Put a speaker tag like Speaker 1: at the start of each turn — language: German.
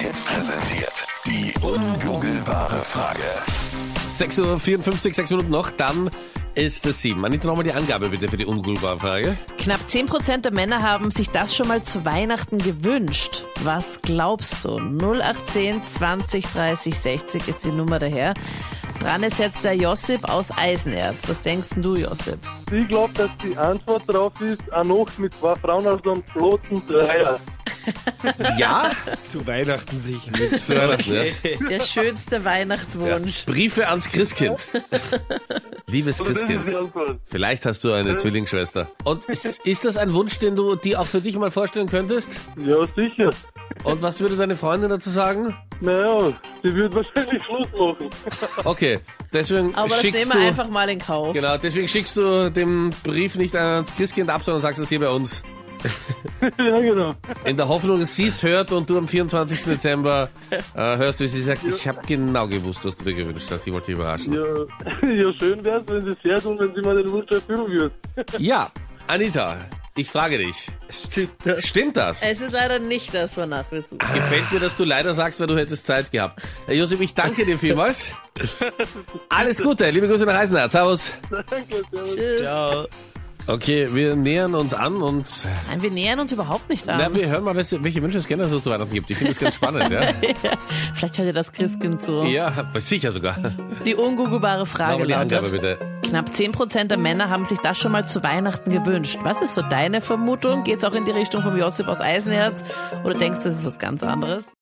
Speaker 1: Hits präsentiert. Die ungoogelbare Frage.
Speaker 2: 6.54 Uhr, 6 Minuten noch, dann ist es 7. Anita, nochmal die Angabe bitte für die ungoogelbare Frage.
Speaker 3: Knapp 10% der Männer haben sich das schon mal zu Weihnachten gewünscht. Was glaubst du? 0810 20 30 60 ist die Nummer daher. Dran ist jetzt der Josip aus Eisenerz. Was denkst denn du, Josip?
Speaker 4: Ich glaube, dass die Antwort drauf ist, eine Nacht mit zwei Frauen aus einem flotten Dreier.
Speaker 2: Ja?
Speaker 5: Zu Weihnachten sicher.
Speaker 2: Zu Weihnachten, ja.
Speaker 3: Der schönste Weihnachtswunsch.
Speaker 2: Briefe ans Christkind. Liebes
Speaker 4: Das ist die
Speaker 2: Christkind,
Speaker 4: Antwort.
Speaker 2: vielleicht hast du eine Zwillingsschwester. Und ist, ist das ein Wunsch, den du dir auch für dich mal vorstellen könntest?
Speaker 4: Ja, sicher.
Speaker 2: Und was würde deine Freundin dazu sagen?
Speaker 4: Naja, sie wird wahrscheinlich Schluss machen.
Speaker 2: Okay, deswegen
Speaker 3: Aber das
Speaker 2: schickst
Speaker 3: nehmen
Speaker 2: du...
Speaker 3: wir einfach mal in Kauf.
Speaker 2: Genau, deswegen schickst du den Brief nicht ans Christkind ab, sondern sagst es hier bei uns.
Speaker 4: ja, genau.
Speaker 2: In der Hoffnung, dass sie es hört und du am 24. Dezember äh, hörst, wie sie sagt, ich habe genau gewusst, was du dir gewünscht hast. Ich wollte dich überraschen.
Speaker 4: Ja, ja schön wär's, wenn sie es hört und wenn sie mal den Wunsch erfüllen würde.
Speaker 2: Ja, Anita, ich frage dich.
Speaker 5: Stimmt das? Äh.
Speaker 2: Stimmt das?
Speaker 3: Es ist leider nicht das, wonach wir suchen.
Speaker 2: Gefällt mir, dass du leider sagst, weil du hättest Zeit gehabt. Herr Josef, ich danke dir vielmals. Alles Gute, liebe Grüße nach Eisenhardt. Servus.
Speaker 4: Danke, servus.
Speaker 3: Tschüss.
Speaker 5: Ja.
Speaker 2: Okay, wir nähern uns an und
Speaker 3: Nein, wir nähern uns überhaupt nicht an.
Speaker 2: na, wir hören mal, welche welche Wünsche es generell so zu Weihnachten gibt. Ich finde das ganz spannend, ja?
Speaker 3: Vielleicht hört ihr das Christkind zu.
Speaker 2: Ja, sicher sogar.
Speaker 3: Die ungoogelbare Frage
Speaker 5: Ah,
Speaker 2: Aber
Speaker 5: genau.
Speaker 2: die
Speaker 3: lautet,
Speaker 2: Angabe bitte.
Speaker 3: knapp 10% der Männer haben sich das schon mal zu Weihnachten gewünscht. Was ist so deine Vermutung? Geht's auch in die Richtung vom Josip aus Eisenherz? Oder denkst du, das ist was ganz anderes?